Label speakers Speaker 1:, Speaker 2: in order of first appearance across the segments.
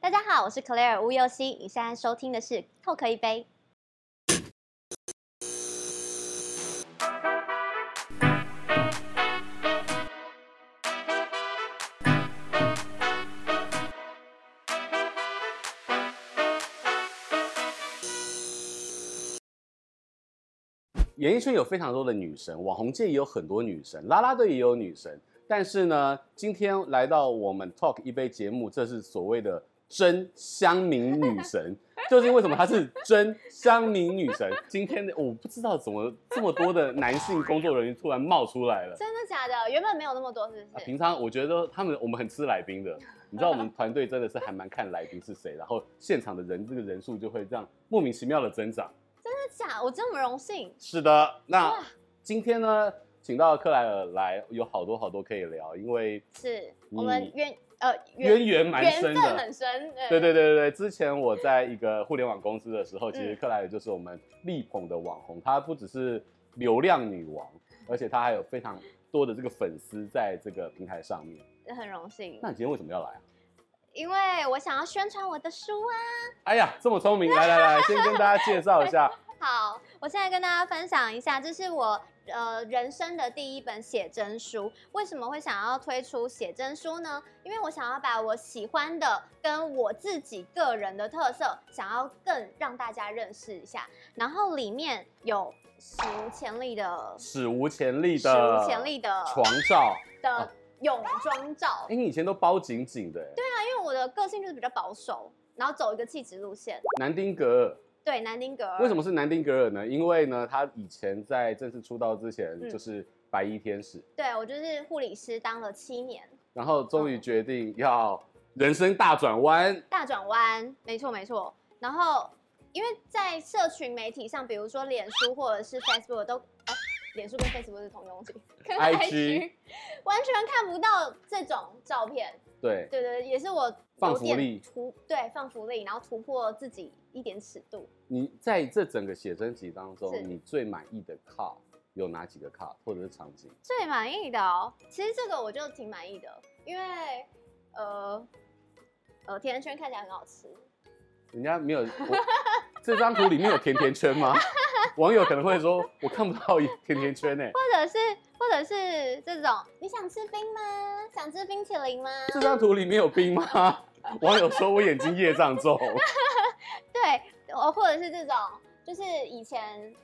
Speaker 1: 大家好，我是 Claire 吴游熙，你现在收听的是《透壳一杯》。
Speaker 2: 演艺圈有非常多的女神，网红界也有很多女神，啦啦队也有女神。但是呢，今天来到我们 Talk 一杯节目，这是所谓的真乡民女神。就是为什么她是真乡民女神？今天的我不知道怎么这么多的男性工作人员突然冒出来了。
Speaker 1: 真的假的？原本没有那么多，是不
Speaker 2: 啊，
Speaker 1: 是？
Speaker 2: 平常我觉得他们我们很吃来宾的，你知道我们团队真的是还蛮看来宾是谁，然后现场的人这个人数就会这样莫名其妙的增长。
Speaker 1: 真的假？我这么荣幸，
Speaker 2: 是的，那
Speaker 1: 哇
Speaker 2: 今天呢，请到克莱尔来，有好多好多可以聊，因为
Speaker 1: 是
Speaker 2: 嗯
Speaker 1: 我们渊呃
Speaker 2: 渊源蛮
Speaker 1: 缘
Speaker 2: 深
Speaker 1: 分
Speaker 2: 的。
Speaker 1: 很深，
Speaker 2: 对对对对对，之前我在一个互联网公司的时 候，其实
Speaker 1: 嗯
Speaker 2: 克莱尔就是我们力捧的网红，她不只是流量女王，而且她还有非常多的这个粉丝在这个平台上面。
Speaker 1: 对，很荣幸
Speaker 2: 那，你今天为什么要来啊？
Speaker 1: 因为我想要宣传我的书啊。
Speaker 2: 哎呀，这 么聪明！来来来，先跟大家介绍一下，
Speaker 1: 好，我现在跟大家分享一下，这是我呃人生的第一本写真书。为什么会想要推出写真书呢？因为我想要把我喜欢的跟我自己个人的特色，想要更让大家认识一下。然后里面有史无前例的、
Speaker 2: 史无前例
Speaker 1: 史
Speaker 2: 的
Speaker 1: 无前例的
Speaker 2: 床照。
Speaker 1: 的泳装照
Speaker 2: 哎、，你以前都包紧紧的，对，
Speaker 1: 那因为我的个性就是比较保守，然后走一个气质路线。
Speaker 2: 南丁格
Speaker 1: 对，南丁格尔
Speaker 2: 尔。为什么？是南丁格尔呢？因为呢，他以前在正式出道之前
Speaker 1: 嗯
Speaker 2: 就是白衣天使，
Speaker 1: 对我就是护理师当了七年，
Speaker 2: 然后终
Speaker 1: 哦
Speaker 2: 于决定要人生大转弯。
Speaker 1: 大转弯，没错没错。然后因为在社群媒体上，比如说脸书或者是 Facebook 都，哎、脸书跟 Facebook 是同一个东西，跟
Speaker 2: IG
Speaker 1: 完全看不到这种照片。
Speaker 2: 对，
Speaker 1: 对对，对也是我
Speaker 2: 放
Speaker 1: 有
Speaker 2: 福
Speaker 1: 点
Speaker 2: 利
Speaker 1: 突对放福利，然后突破自己一点尺度。
Speaker 2: 你在这整个写真集当
Speaker 1: 是
Speaker 2: 中，你最满意的 cut 有哪几个 cut 或者是场景？
Speaker 1: 最满意的哦，其实这个我就挺满意的，因为呃呃甜甜圈看起来很好吃，
Speaker 2: 人家没有， 我这张图里面有甜甜圈吗？网友可能会说，我看不到甜甜圈呢、
Speaker 1: 或者是或者是这种你想吃冰吗？想吃冰淇淋吗？
Speaker 2: 这张图里面有冰吗？网友说我眼睛业障重，
Speaker 1: 对，哦，或者是这种，就是以前，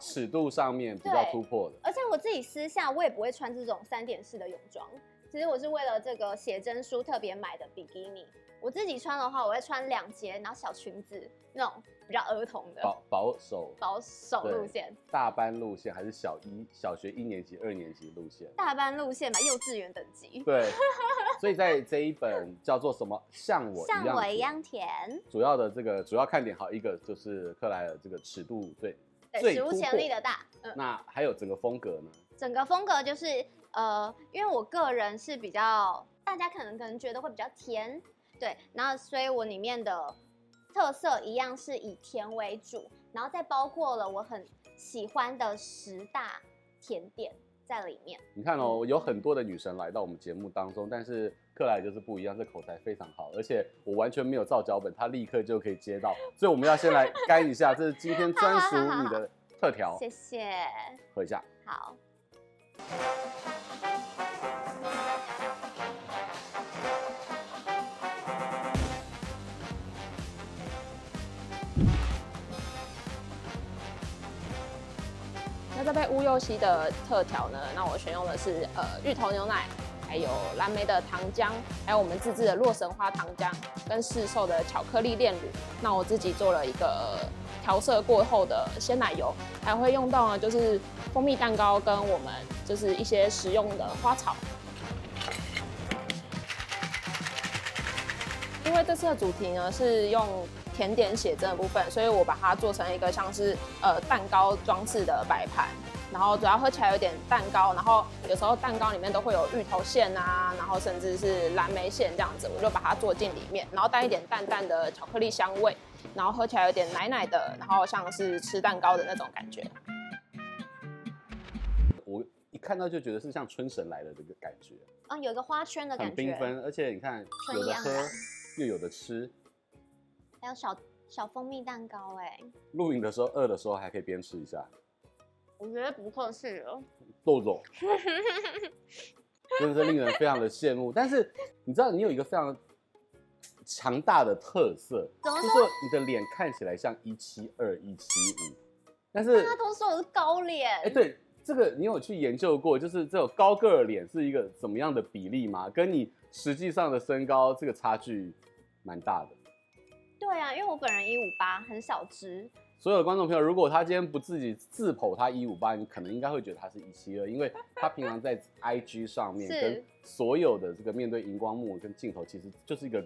Speaker 2: 尺度上面比较突破的。
Speaker 1: 而且我自己私下我也不会穿这种三点式的泳装，其实我是为了这个写真书特别买的比基尼。我自己穿的话，我会穿两节，然后小裙子那种比较儿童的
Speaker 2: 保保守
Speaker 1: 保守
Speaker 2: 对
Speaker 1: 路线、
Speaker 2: 大班路线还是小一小学一年级、二年级路线？
Speaker 1: 大班路线吧，幼稚园等级。
Speaker 2: 对，所以在这一本叫做什么“像我
Speaker 1: 像
Speaker 2: 一样”
Speaker 1: 我一样甜，
Speaker 2: 主要的这个主要看点，好一个就是克莱尔这个尺度对，
Speaker 1: 对，
Speaker 2: 最
Speaker 1: 史无
Speaker 2: 突
Speaker 1: 前
Speaker 2: 破
Speaker 1: 例的大，嗯，
Speaker 2: 那还有整个风格呢？
Speaker 1: 整个风格就是呃，因为我个人是比较，大家可能可能觉得会比较甜，对，然后所以我里面的特色一样是以甜为主，然后再包括了我很喜欢的十大甜点在里面。
Speaker 2: 你看
Speaker 1: 嗯
Speaker 2: 哦，有很多的女神来到我们节目当中，但是克莱尔就是不一样，这口才非常好，而且我完全没有照脚本，她立刻就可以接到，所以我们要先来干一下，这是今天专属你的特调，
Speaker 1: 谢谢，
Speaker 2: 喝一下。
Speaker 1: 好，
Speaker 3: 那这杯乌柚西的特调呢，那我选用的是呃芋头牛奶，还有蓝莓的糖浆，还有我们自制的洛神花糖浆跟市售的巧克力炼乳。那我自己做了一个调色过后的鲜奶油，还会用到呢就是蜂蜜蛋糕跟我们就是一些食用的花草。因为这次的主题呢是用甜点写真的部分，所以我把它做成一个像是呃蛋糕装饰的摆盘，然后主要喝起来有点蛋糕，然后有时候蛋糕里面都会有芋头馅啊，然后甚至是蓝莓馅这样子，我就把它做进里面，然后带一点淡淡的巧克力香味，然后喝起来有点奶奶的，然后像是吃蛋糕的那种感觉。
Speaker 2: 我一看到就觉得是像春神来了这个感觉，
Speaker 1: 嗯，有一个花圈的
Speaker 2: 很
Speaker 1: 感觉，
Speaker 2: 缤纷，而且你看
Speaker 1: 春
Speaker 2: 有的
Speaker 1: 样
Speaker 2: 喝
Speaker 1: 啊
Speaker 2: 又有的吃。
Speaker 1: 还有小小蜂蜜蛋糕、哎，
Speaker 2: 露营的时候饿的时候还可以边吃一下，
Speaker 1: 我觉得不哦客气了。
Speaker 2: 豆豆， 真的是令人非常的羡慕。但是你知道，你有一个非常强大的特色，
Speaker 1: 怎么
Speaker 2: 就
Speaker 1: 说
Speaker 2: 是你的脸看起来像一七二、一七五，但是
Speaker 1: 大家啊都说我是高脸，
Speaker 2: 哎、对这个你有去研究过，就是这种高个儿脸是一个怎么样的比例吗？跟你实际上的身高这个差距蛮大的。
Speaker 1: 对啊，因为我本人一五八，很小只，
Speaker 2: 所有的观众朋友，如果他今天不自己自剖他一五八，你可能应该会觉得他是一七二，因为他平常在 IG 上面
Speaker 1: 是
Speaker 2: 跟所有的这个面对荧光幕跟镜头，其实就是一个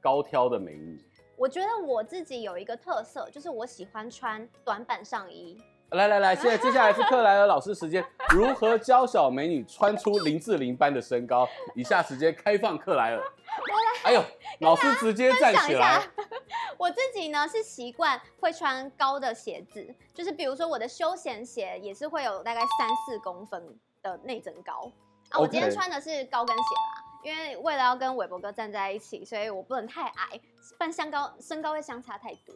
Speaker 2: 高挑的美女。
Speaker 1: 我觉得我自己有一个特色，就是我喜欢穿短版上衣。
Speaker 2: 来来来，现在接下来是克莱尔老师时间，如何教小美女穿出林志玲般的身高？以下时间开放克莱尔。哎呦，老师直接站
Speaker 1: 想
Speaker 2: 起
Speaker 1: 一
Speaker 2: 来
Speaker 1: 下，我自己呢是习惯会穿高的鞋子，就是比如说我的休闲鞋也是会有大概三四公分的内增高啊。我今天
Speaker 2: OK
Speaker 1: 穿的是高跟鞋啦，因为为了要跟韦伯哥站在一起，所以我不能太矮，不然相高身高会相差太多。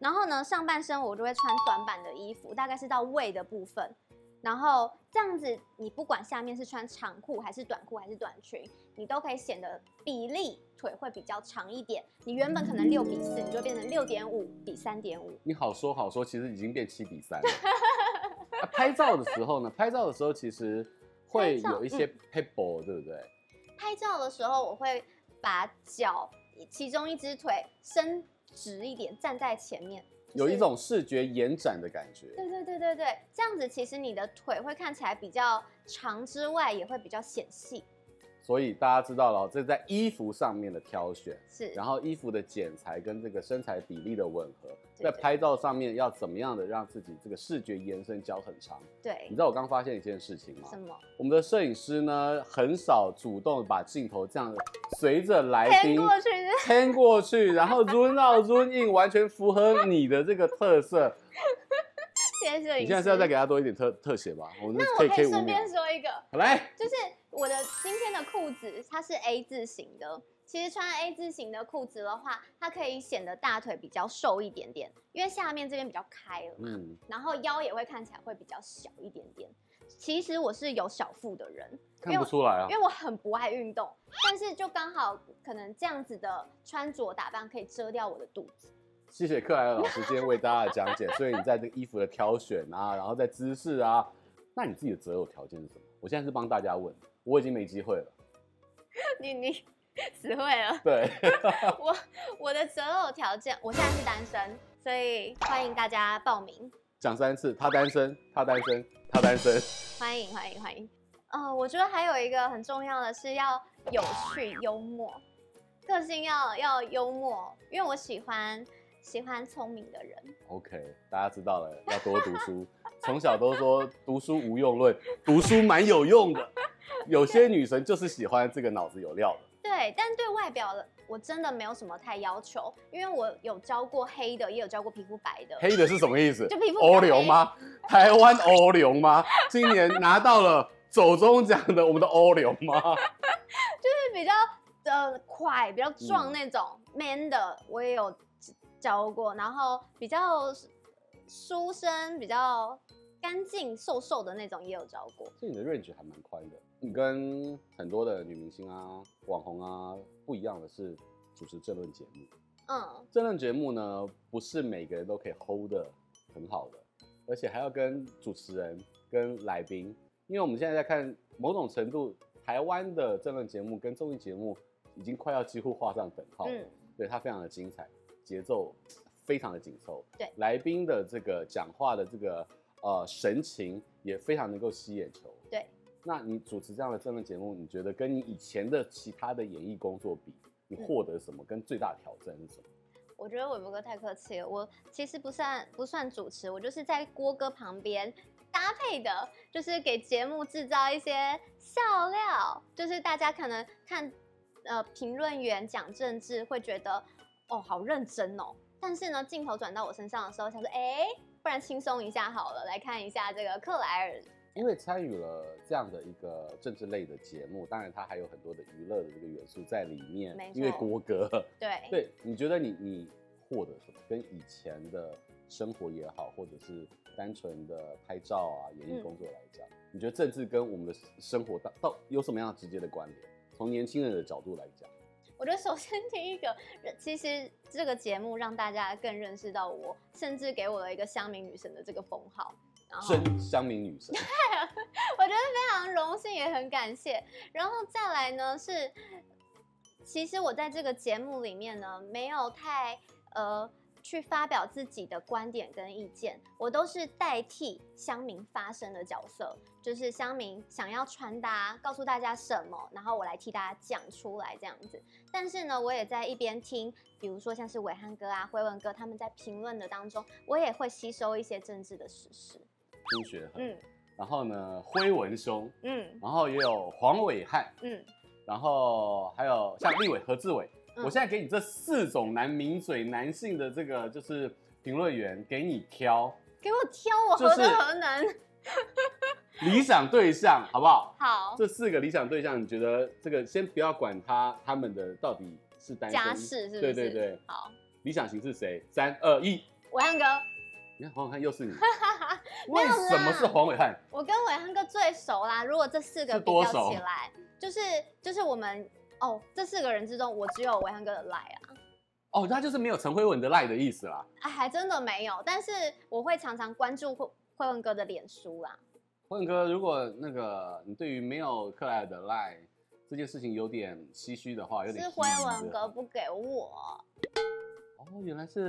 Speaker 1: 然后呢，上半身我就会穿短版的衣服，大概是到胃的部分。然后这样子，你不管下面是穿长裤还是短裤还是短裙，你都可以显得比例腿会比较长一点。你原本可能六比四，你就变成六点五比三点五。
Speaker 2: 你好说好说，其实已经变七比三了、啊拍照的时候呢，拍照的时候其实会
Speaker 1: 拍照嗯
Speaker 2: 有一些 people，、对不对？
Speaker 1: 拍照的时候，我会把脚其中一只腿伸直一点，站在前面，就是
Speaker 2: 有一种视觉延展的感觉。
Speaker 1: 对对对对对，这样子其实你的腿会看起来比较长之外，也会比较显细。
Speaker 2: 所以大家知道了，哦这在衣服上面的挑选，
Speaker 1: 是，
Speaker 2: 然后衣服的剪裁跟这个身材比例的吻合，
Speaker 1: 对
Speaker 2: 在
Speaker 1: 对
Speaker 2: 拍照上面要怎么样的让自己这个视觉延伸交很长？你
Speaker 1: 对
Speaker 2: 知，道我刚发现一件事情吗？
Speaker 1: 什么？
Speaker 2: 我们的摄影师呢，很少主动把镜头这样随着来
Speaker 1: 偏
Speaker 2: 宾
Speaker 1: 过去是
Speaker 2: 牵过去，然后 run out run in，完全符合你的这个特 色。
Speaker 1: 谢谢摄
Speaker 2: 你
Speaker 1: 影
Speaker 2: 现在是要
Speaker 1: 师
Speaker 2: 再给他多一点特特写吧？我们
Speaker 1: 那
Speaker 2: 可
Speaker 1: 我
Speaker 2: 以
Speaker 1: 可
Speaker 2: 可以
Speaker 1: 以
Speaker 2: 五
Speaker 1: 顺
Speaker 2: 秒
Speaker 1: 便。说一个，
Speaker 2: 好来，
Speaker 1: 就是我的今天的裤子，它是 A 字型的。其实穿 A 字型的裤子的话，它可以显得大腿比较瘦一点点，因为下面这边比较开了嘛，
Speaker 2: 嗯，
Speaker 1: 然后腰也会看起来会比较小一点点。其实我是有小腹的人，
Speaker 2: 看不出来啊
Speaker 1: 因。为我很不爱运动，但是就刚好可能这样子的穿着打扮可以遮掉我的肚子。
Speaker 2: 谢谢克莱尔老师今天为大家的讲解。所以你在这个衣服的挑选啊，然后在姿势啊，那你自己的择偶条件是什么？我现在是帮大家问，我已经没机会了。
Speaker 1: 你你词汇 了。
Speaker 2: 对，
Speaker 1: 我我的择偶条件，我现在是单身，所以欢迎大家报名，
Speaker 2: 讲三次，他单身，他单身，他单身。
Speaker 1: 欢迎欢迎欢迎。呃，我觉得还有一个很重要的是要有趣幽默，个性要要幽默，因为我喜欢喜欢聪明的人。
Speaker 2: OK，大家知道了，要多读书。 从小都说读书无用论，读书蛮有用的。有些女神就是喜欢这个脑子有料的。
Speaker 1: 对，但对外表的我真的没有什么太要求，因为我有教过黑的，也有教过皮肤白的，
Speaker 2: 黑的是什么意思？
Speaker 1: 就皮肤
Speaker 2: 欧
Speaker 1: 白
Speaker 2: 流吗？台湾欧流吗？今年拿到了走中奖的我们的欧流吗？
Speaker 1: 就是比较呃快、比较
Speaker 2: 嗯
Speaker 1: 壮那种、man 的，我也有教过，然后比较书生、比较干净、瘦瘦的那种也有教过。
Speaker 2: 所以你的 range 还蛮宽的。你跟很多的女明星啊、网红啊不一样的是，主持政论节目。
Speaker 1: 嗯，
Speaker 2: 这档节目呢，不是每个人都可以 hold 的很好的，而且还要跟主持人、跟来宾，因为我们现在在看某种程度，台湾的政论节目跟综艺节目已经快要几乎画上等号了。
Speaker 1: 嗯
Speaker 2: 对，它非常的精彩，节奏非常的紧凑。
Speaker 1: 对
Speaker 2: 来宾的这个讲话的这个呃神情也非常能够吸眼球。
Speaker 1: 对，
Speaker 2: 那你主持这样的政论节目，你觉得跟你以前的其他的演艺工作比，你
Speaker 1: 嗯
Speaker 2: 获得什么？跟最大的挑战是什么？
Speaker 1: 我觉得伟博哥太客气了，我其实不算不算主持，我就是在郭哥旁边。搭配的就是给节目制造一些笑料，就是大家可能看呃评论员讲政治会觉得哦好认真哦，但是呢镜头转到我身上的时候，想说哎、不然轻松一下好了，来看一下这个克莱尔
Speaker 2: 因为参与了这样的一个政治类的节目，当然它还有很多的娱乐的这个元素在里面
Speaker 1: 没。错
Speaker 2: 因为郭哥，
Speaker 1: 对
Speaker 2: 对，你觉得你你获得什么？跟以前的生活也好，或者是单纯的拍照啊、演艺
Speaker 1: 嗯
Speaker 2: 工作来讲，你觉得政治跟我们的生活到到有什么样的直接的关联？从年轻人的角度来讲，
Speaker 1: 我觉得首先第一个，其实这个节目让大家更认识到我，甚至给我了一个乡民女神的这个封号。然后
Speaker 2: 真乡民女神，
Speaker 1: 我觉得非常荣幸，也很感谢。然后再来呢是，其实我在这个节目里面呢，没有太呃去发表自己的观点跟意见，我都是代替乡民发声的角色，就是乡民想要传达告诉大家什么，然后我来替大家讲出来这样子。但是呢，我也在一边听，比如说像是伟汉哥啊、辉文哥他们在评论的当中，我也会吸收一些政治的实事。
Speaker 2: 朱学恒，然后呢，辉文兄，
Speaker 1: 嗯
Speaker 2: 然后也有黄伟汉，
Speaker 1: 嗯。嗯
Speaker 2: 然后还有像立委何志伟，
Speaker 1: 嗯
Speaker 2: 我现在给你这四种男名嘴男性的这个就是评论员，给你挑
Speaker 1: 给我挑，我
Speaker 2: 就
Speaker 1: 何德
Speaker 2: 是
Speaker 1: 何能？
Speaker 2: 理想对象，好不好？
Speaker 1: 好，
Speaker 2: 这四个理想对象，你觉得这个先不要管他他们的到底是单身
Speaker 1: 家世是不是？
Speaker 2: 对对对，
Speaker 1: 好，
Speaker 2: 理想型是谁？三二一，
Speaker 1: 伟汉哥，
Speaker 2: 你看黄伟汉又是你，
Speaker 1: 哈哈，
Speaker 2: 为
Speaker 1: 啦
Speaker 2: 什么是黄伟汉？
Speaker 1: 我跟伟汉哥最熟啦。如果这四个
Speaker 2: 是
Speaker 1: 比
Speaker 2: 多
Speaker 1: 较
Speaker 2: 熟
Speaker 1: 起来，就是就是我们哦，这四个人之中，我只有伟汉哥的赖啊，
Speaker 2: 哦，他就是没有陈辉文的赖的意思啦。
Speaker 1: 哎，还真的没有。但是我会常常关注慧慧文哥的脸书啦。
Speaker 2: 混哥，如果那个你对于没有克莱尔的赖这件事情有点唏嘘的话，有点
Speaker 1: 是辉文哥不给我，
Speaker 2: 哦，原来 是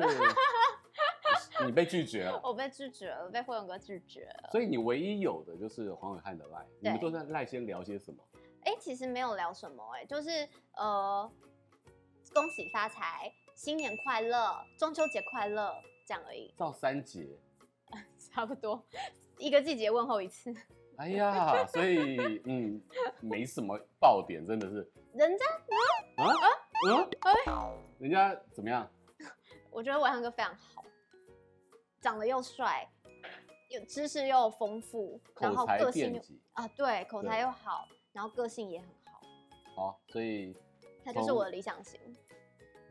Speaker 2: 你被拒绝了，
Speaker 1: 我被拒绝了，被辉文哥拒绝了。
Speaker 2: 所以你唯一有的就是黄伟汉的赖。你们
Speaker 1: 对
Speaker 2: 都在赖先聊些什么？
Speaker 1: 哎、其实没有聊什么、哎，就是呃，恭喜发财，新年快乐，中秋节快乐，这样而已，
Speaker 2: 赵三杰，
Speaker 1: 差不多， 一个季节问候一次。
Speaker 2: 哎呀，所以嗯，没什么爆点，真的是
Speaker 1: 人家，
Speaker 2: 啊嗯，
Speaker 1: 哎
Speaker 2: 人家怎么样？
Speaker 1: 我觉得伟汉哥非常好，长得又帅，有知识又丰富，然
Speaker 2: 口
Speaker 1: 后
Speaker 2: 才
Speaker 1: 个性
Speaker 2: 辩
Speaker 1: 又
Speaker 2: 解，
Speaker 1: 啊，对，口才
Speaker 2: 对
Speaker 1: 又好，然后个性也很好，
Speaker 2: 好，所以
Speaker 1: 他就是
Speaker 2: 从
Speaker 1: 我的理想型。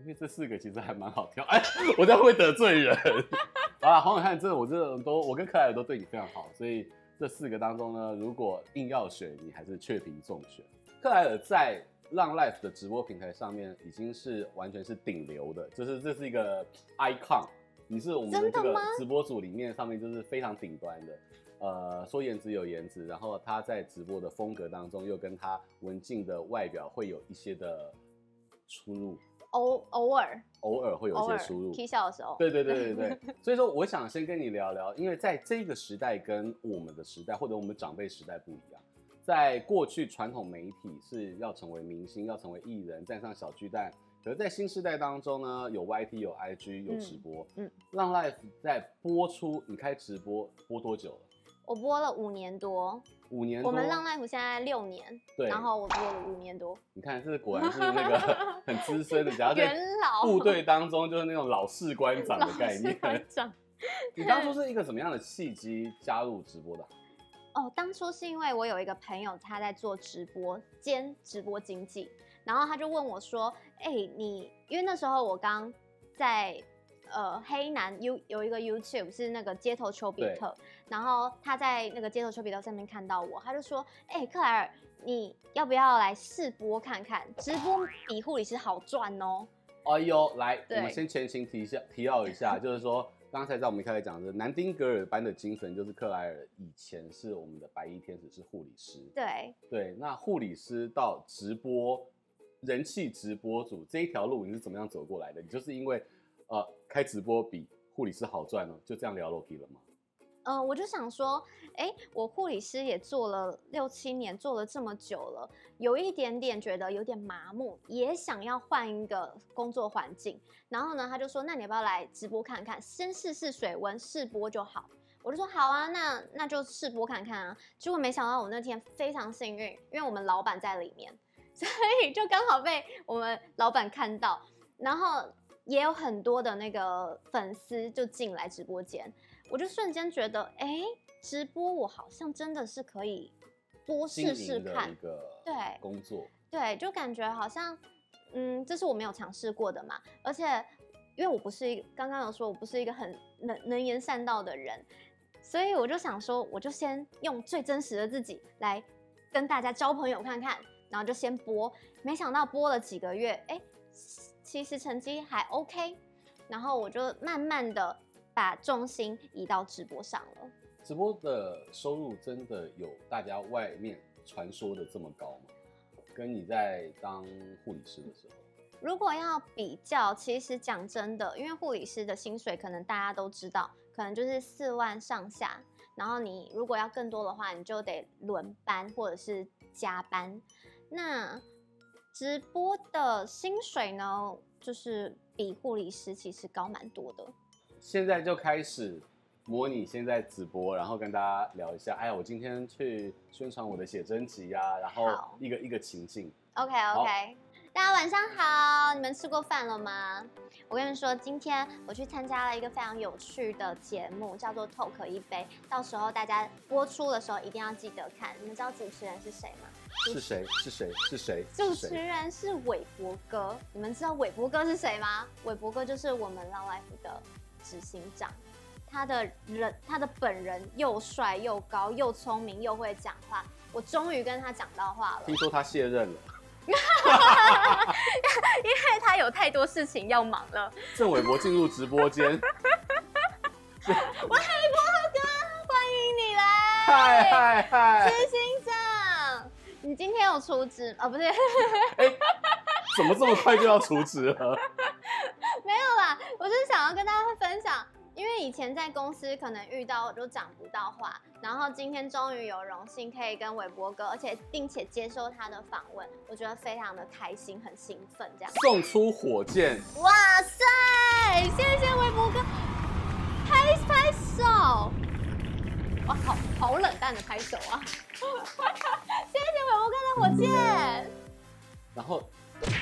Speaker 2: 因为这四个其实还蛮好挑，哎，我这样会得罪人。 好啦，黄伟汉，这我这都我跟克莱尔都对你非常好，所以这四个当中呢，如果硬要选，你还是确评中选。克莱尔在浪 life 的直播平台上面已经是完全是顶流的，就是这是一个 icon，你是我们的
Speaker 1: 真的
Speaker 2: 这个
Speaker 1: 吗
Speaker 2: 直播组里面上面就是非常顶端的。呃，说颜值有颜值，然后他在直播的风格当中又跟他文静的外表会有一些的出入。
Speaker 1: 偶偶尔
Speaker 2: 偶尔会有
Speaker 1: 偶
Speaker 2: 一
Speaker 1: 尔
Speaker 2: 些输入。
Speaker 1: 踢笑的时候，
Speaker 2: 对 对对对对，所以说我想先跟你聊聊，因为在这个时代跟我们的时代或者我们长辈时代不一样，在过去传统媒体是要成为明星，要成为艺人，站上小巨蛋。可是，在新时代当中呢，有 YT，有 IG，有直播。
Speaker 1: 嗯
Speaker 2: 嗯，
Speaker 1: 嗯
Speaker 2: 浪 Life 在播出，你开直播播多久了？
Speaker 1: 我播了五年多，
Speaker 2: 五年多。
Speaker 1: 我们浪 life 现在六年，
Speaker 2: 对，
Speaker 1: 然后我播了五年多，
Speaker 2: 你看，这果然是那个 很资 深的，只要在
Speaker 1: 元老
Speaker 2: 部队当中就是那种老士官长的
Speaker 1: 老
Speaker 2: 概
Speaker 1: 师
Speaker 2: 念。
Speaker 1: 班长。
Speaker 2: 你
Speaker 1: 嗯
Speaker 2: 当初是一个什么样的契机加入直播的？啊
Speaker 1: 哦，当初是因为我有一个朋友，他在做直播兼直播经济，然后他就问我说：“哎、你因为那时候我刚在呃黑南 U 有一个 YouTube 是那个街头丘比特，然后他在那个街头丘比特上面看到我，他就说：‘哎、克莱尔，你要不要来试播看看？直播比护理师好赚哦。’
Speaker 2: 哎呦，来，我
Speaker 1: 对
Speaker 2: 们先前情提一下提要一下，就是说刚才在我们一开始讲的南丁格尔般的精神，就是克莱尔以前是我们的白衣天使，是护理师。
Speaker 1: 对，
Speaker 2: 对，那护理师到直播人气直播主这一条路，你是怎么样走过来的？你就是因为呃开直播比护理师好赚哦，就这样聊 Loki 了吗？
Speaker 1: 嗯，我就想说，哎、我护理师也做了六七年，做了这么久了，有一点点觉得有点麻木，也想要换一个工作环境。然后呢，他就说，那你要不要来直播看看，先试试水温，试播就好。我就说好啊，那那就试播看看啊。结果没想到我那天非常幸运，因为我们老板在里面， 所以就刚好被我们老板看到，然后也有很多的那个粉丝就进来直播间。我就瞬间觉得，哎、直播我好像真的是可以多
Speaker 2: 经
Speaker 1: 试试
Speaker 2: 营的
Speaker 1: 看
Speaker 2: 一，个
Speaker 1: 对
Speaker 2: 工作，
Speaker 1: 对，就感觉好像，嗯，这是我没有尝试过的嘛。而且，因为我不是一个刚刚有说我不是一个很能能言善道的人，所以我就想说，我就先用最真实的自己来跟大家交朋友看看，然后就先播。没想到播了几个月，哎，其实成绩还 OK，然后我就慢慢的把重心移到直播上了。
Speaker 2: 直播的收入真的有大家外面传说的这么高吗？跟你在当护理师的时候，
Speaker 1: 如果要比较，其实讲真的，因为护理师的薪水可能大家都知道，可能就是四万上下。然后你如果要更多的话，你就得轮班或者是加班。那直播的薪水呢，就是比护理师其实高蛮多的。
Speaker 2: 现在就开始模拟现在直播，然后跟大家聊一下，哎呀，我今天去宣传我的写真集呀、然后
Speaker 1: 好
Speaker 2: 一个一个情境。
Speaker 1: OK OK，大家晚上好，你们吃过饭了吗？我跟你说，今天我去参加了一个非常有趣的节目，叫做《Talk 一杯》，到时候大家播出的时候一定要记得看。你们知道主持人是谁吗？
Speaker 2: 是谁？是谁？是谁？
Speaker 1: 主
Speaker 2: 是
Speaker 1: 持
Speaker 2: 谁？
Speaker 1: 人是韦伯哥，你们知道韦伯哥是谁吗？韦伯哥就是我们浪 life 的执行长，他的人，他的本人又帅又高又聪明又会讲话，我终于跟他讲到话了。
Speaker 2: 听说他卸任了，
Speaker 1: 因为他有太多事情要忙了。
Speaker 2: 郑伟博进入直播间，
Speaker 1: 欢迎你来，
Speaker 2: 嗨嗨嗨！
Speaker 1: 执行长。你今天有出职哦？不 是，没
Speaker 2: 怎么这么快就要除职了？
Speaker 1: 有啦。我就是想要跟大家分享，因为以前在公司可能遇到我就讲不到话，然后今天终于有荣幸可以跟韦伯哥，而且并且接受他的访问，我觉得非常的开心，很兴奋这样。
Speaker 2: 送出火箭，
Speaker 1: 哇塞！谢谢微博哥，拍拍手！哇，好好冷淡的拍手啊！ 谢谢微博哥的火箭！
Speaker 2: 然后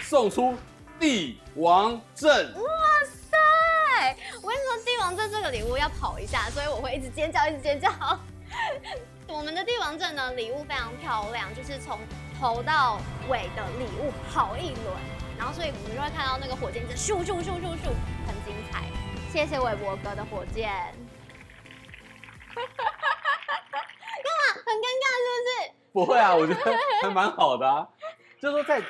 Speaker 2: 送出帝王阵。
Speaker 1: 哇塞！我跟你说，帝王镇这个礼物要跑一下，所以我会一直尖叫，一直尖叫。我们的帝王镇呢，礼物非常漂亮，就是从头到尾的礼物跑一轮，然后所以我们就会看到那个火箭就咻咻咻咻咻，很精彩。谢谢韦伯哥的火 箭。干嘛？很尴尬是不是？
Speaker 2: 不会啊，我觉得还蛮好的啊。就是说在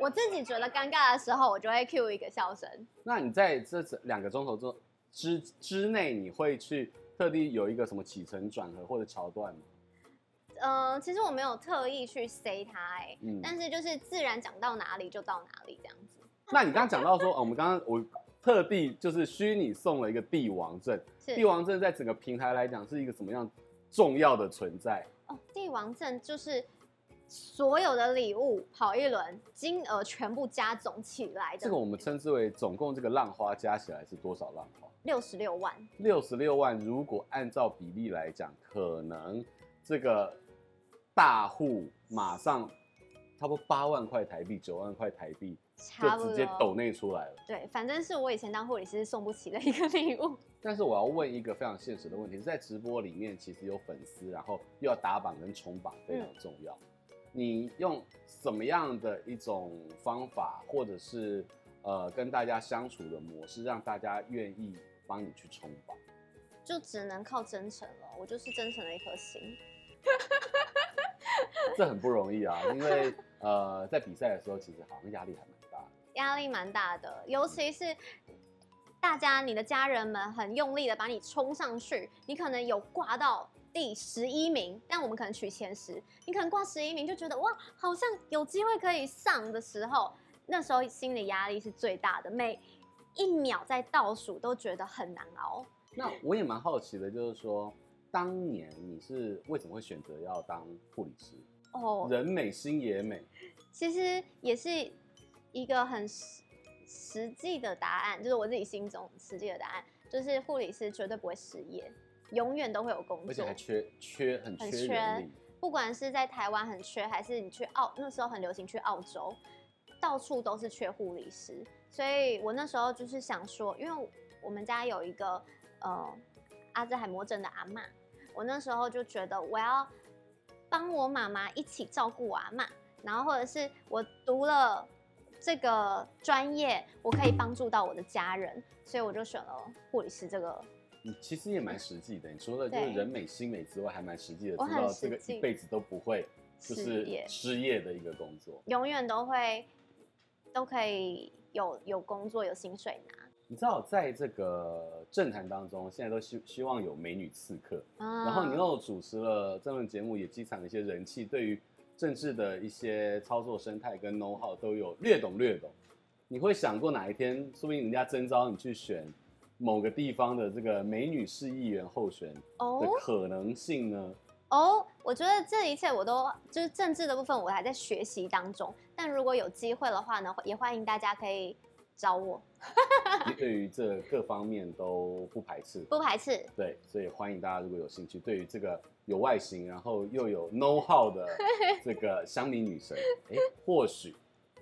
Speaker 1: 我自己觉得尴尬的时候，我就会 cue 一个笑声。
Speaker 2: 那你在这两个钟头之之之内，你会去特地有一个什么起承转合或者桥段吗？
Speaker 1: 呃，其实我没有特意去塞它、哎、
Speaker 2: 嗯
Speaker 1: 但是就是自然讲到哪里就到哪里这样子。
Speaker 2: 那你刚刚讲到说，哦我们刚刚我特地就是虚拟送了一个帝王证，
Speaker 1: 是
Speaker 2: 帝王证在整个平台来讲是一个什么样重要的存在？
Speaker 1: 哦，帝王证就是所有的礼物跑一轮，金额全部加总起来的，
Speaker 2: 这个我们称之为总共这个浪花加起来是多少浪花？
Speaker 1: 六十六万。
Speaker 2: 六十六万，如果按照比例来讲，可能这个大户马上差不多八万块台币、九万块台币就
Speaker 1: 差不
Speaker 2: 直接抖
Speaker 1: 多，
Speaker 2: 内出来了。
Speaker 1: 对，反正是我以前当护理师送不起的一个 礼物。
Speaker 2: 但是我要问一个非常现实的问题，在直播里面其实有粉丝，然后又要打榜跟冲榜非常重要。
Speaker 1: 嗯
Speaker 2: 你用什么样的一种方法，或者是呃跟大家相处的模式，让大家愿意帮你去冲榜？
Speaker 1: 就只能靠真诚了，我就是真诚的一颗心。
Speaker 2: 这很不容易啊，因为呃，在比赛的时候，其实好像压力还蛮大的。
Speaker 1: 压力蛮大的，尤其是大家你的家人们很用力的把你冲上去，你可能有挂到第十一名，但我们可能取前十，你可能挂十一名就觉得哇，好像有机会可以上的时候，那时候心理压力是最大的，每一秒在倒数都觉得很难熬。
Speaker 2: 那我也蛮好奇的，就是说，当年你是为什么会选择要当护理师？
Speaker 1: 哦，
Speaker 2: 人美心也美，
Speaker 1: 其实也是一个很实实际的答案，就是我自己心中实际的答案，就是护理师绝对不会失业，永远都会有工
Speaker 2: 而且
Speaker 1: 作
Speaker 2: 还。缺缺很
Speaker 1: 很
Speaker 2: 缺
Speaker 1: 缺
Speaker 2: 人力。
Speaker 1: 不管是在台湾很缺，还是你去澳那时候很流行去澳洲，到处都是缺护理师。所以我那时候就是想说，因为我们家有一个呃阿兹海默症的阿嬷，我那时候就觉得我要帮我妈妈一起照顾我阿嬷，然后或者是我读了这个专业，我可以帮助到我的家人，所以我就选了护理师这个。
Speaker 2: 你其实也蛮实际的，你除了就
Speaker 1: 对
Speaker 2: 是人美心美之外，还蛮实际的，
Speaker 1: 我
Speaker 2: 知
Speaker 1: 很
Speaker 2: 道
Speaker 1: 实
Speaker 2: 这个
Speaker 1: 际
Speaker 2: 一辈子都不会就
Speaker 1: 失
Speaker 2: 是
Speaker 1: 业
Speaker 2: 失业的一个工作。
Speaker 1: 永远都会都可以有有工作有薪水拿。
Speaker 2: 你知道，在这个政坛当中，现在都希希望有美女刺客，
Speaker 1: 啊
Speaker 2: 然后你又主持了政论节目，也积攒了一些人气，对于政治的一些操作生态跟 know how 都有略懂略懂。你会想过哪一天，说不定人家征召你去选某个地方的这个美女市议员候选的
Speaker 1: 哦
Speaker 2: 可能性呢？
Speaker 1: 哦，我觉得这一切我都就是政治的部分，我还在学习当中。但如果有机会的话呢，也欢迎大家可以找我，
Speaker 2: 你对于这各方面都不排斥，
Speaker 1: 不排斥。
Speaker 2: 对，所以欢迎大家如果有兴趣，对于这个有外形，然后又有 know how 的这个乡民女神，哎，或许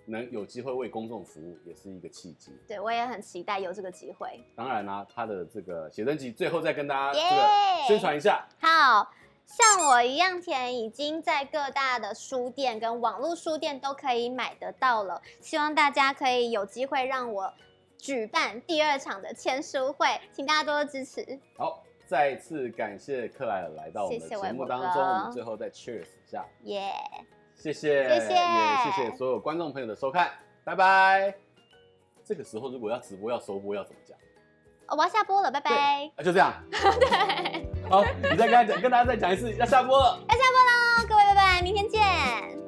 Speaker 2: 能有机会为公众服务，也是一个契机。
Speaker 1: 对我也很期待有这个机会。
Speaker 2: 当然啦、她的这个写真集最后再跟大家这
Speaker 1: 耶
Speaker 2: 个宣传一下。
Speaker 1: 好像我一样甜，已经在各大的书店跟网络书店都可以买得到了。希望大家可以有机会让我举办第二场的签书会，请大家多多支持。
Speaker 2: 好，再次感谢克莱尔来到我们的
Speaker 1: 谢谢
Speaker 2: 节目
Speaker 1: 韦伯
Speaker 2: 当
Speaker 1: 哥
Speaker 2: 中，我们最后再 cheers 一下，
Speaker 1: 耶、
Speaker 2: 谢谢，
Speaker 1: 谢谢
Speaker 2: 也谢谢所有观众朋友的收看，拜拜。这个时候如果要直播要收播要怎么讲？
Speaker 1: 哦我要下播了，拜拜。
Speaker 2: 啊，就这样。好，你再跟他讲，跟大家再讲一次，要下播了。
Speaker 1: 哎要下播喽，各位拜拜，明天见。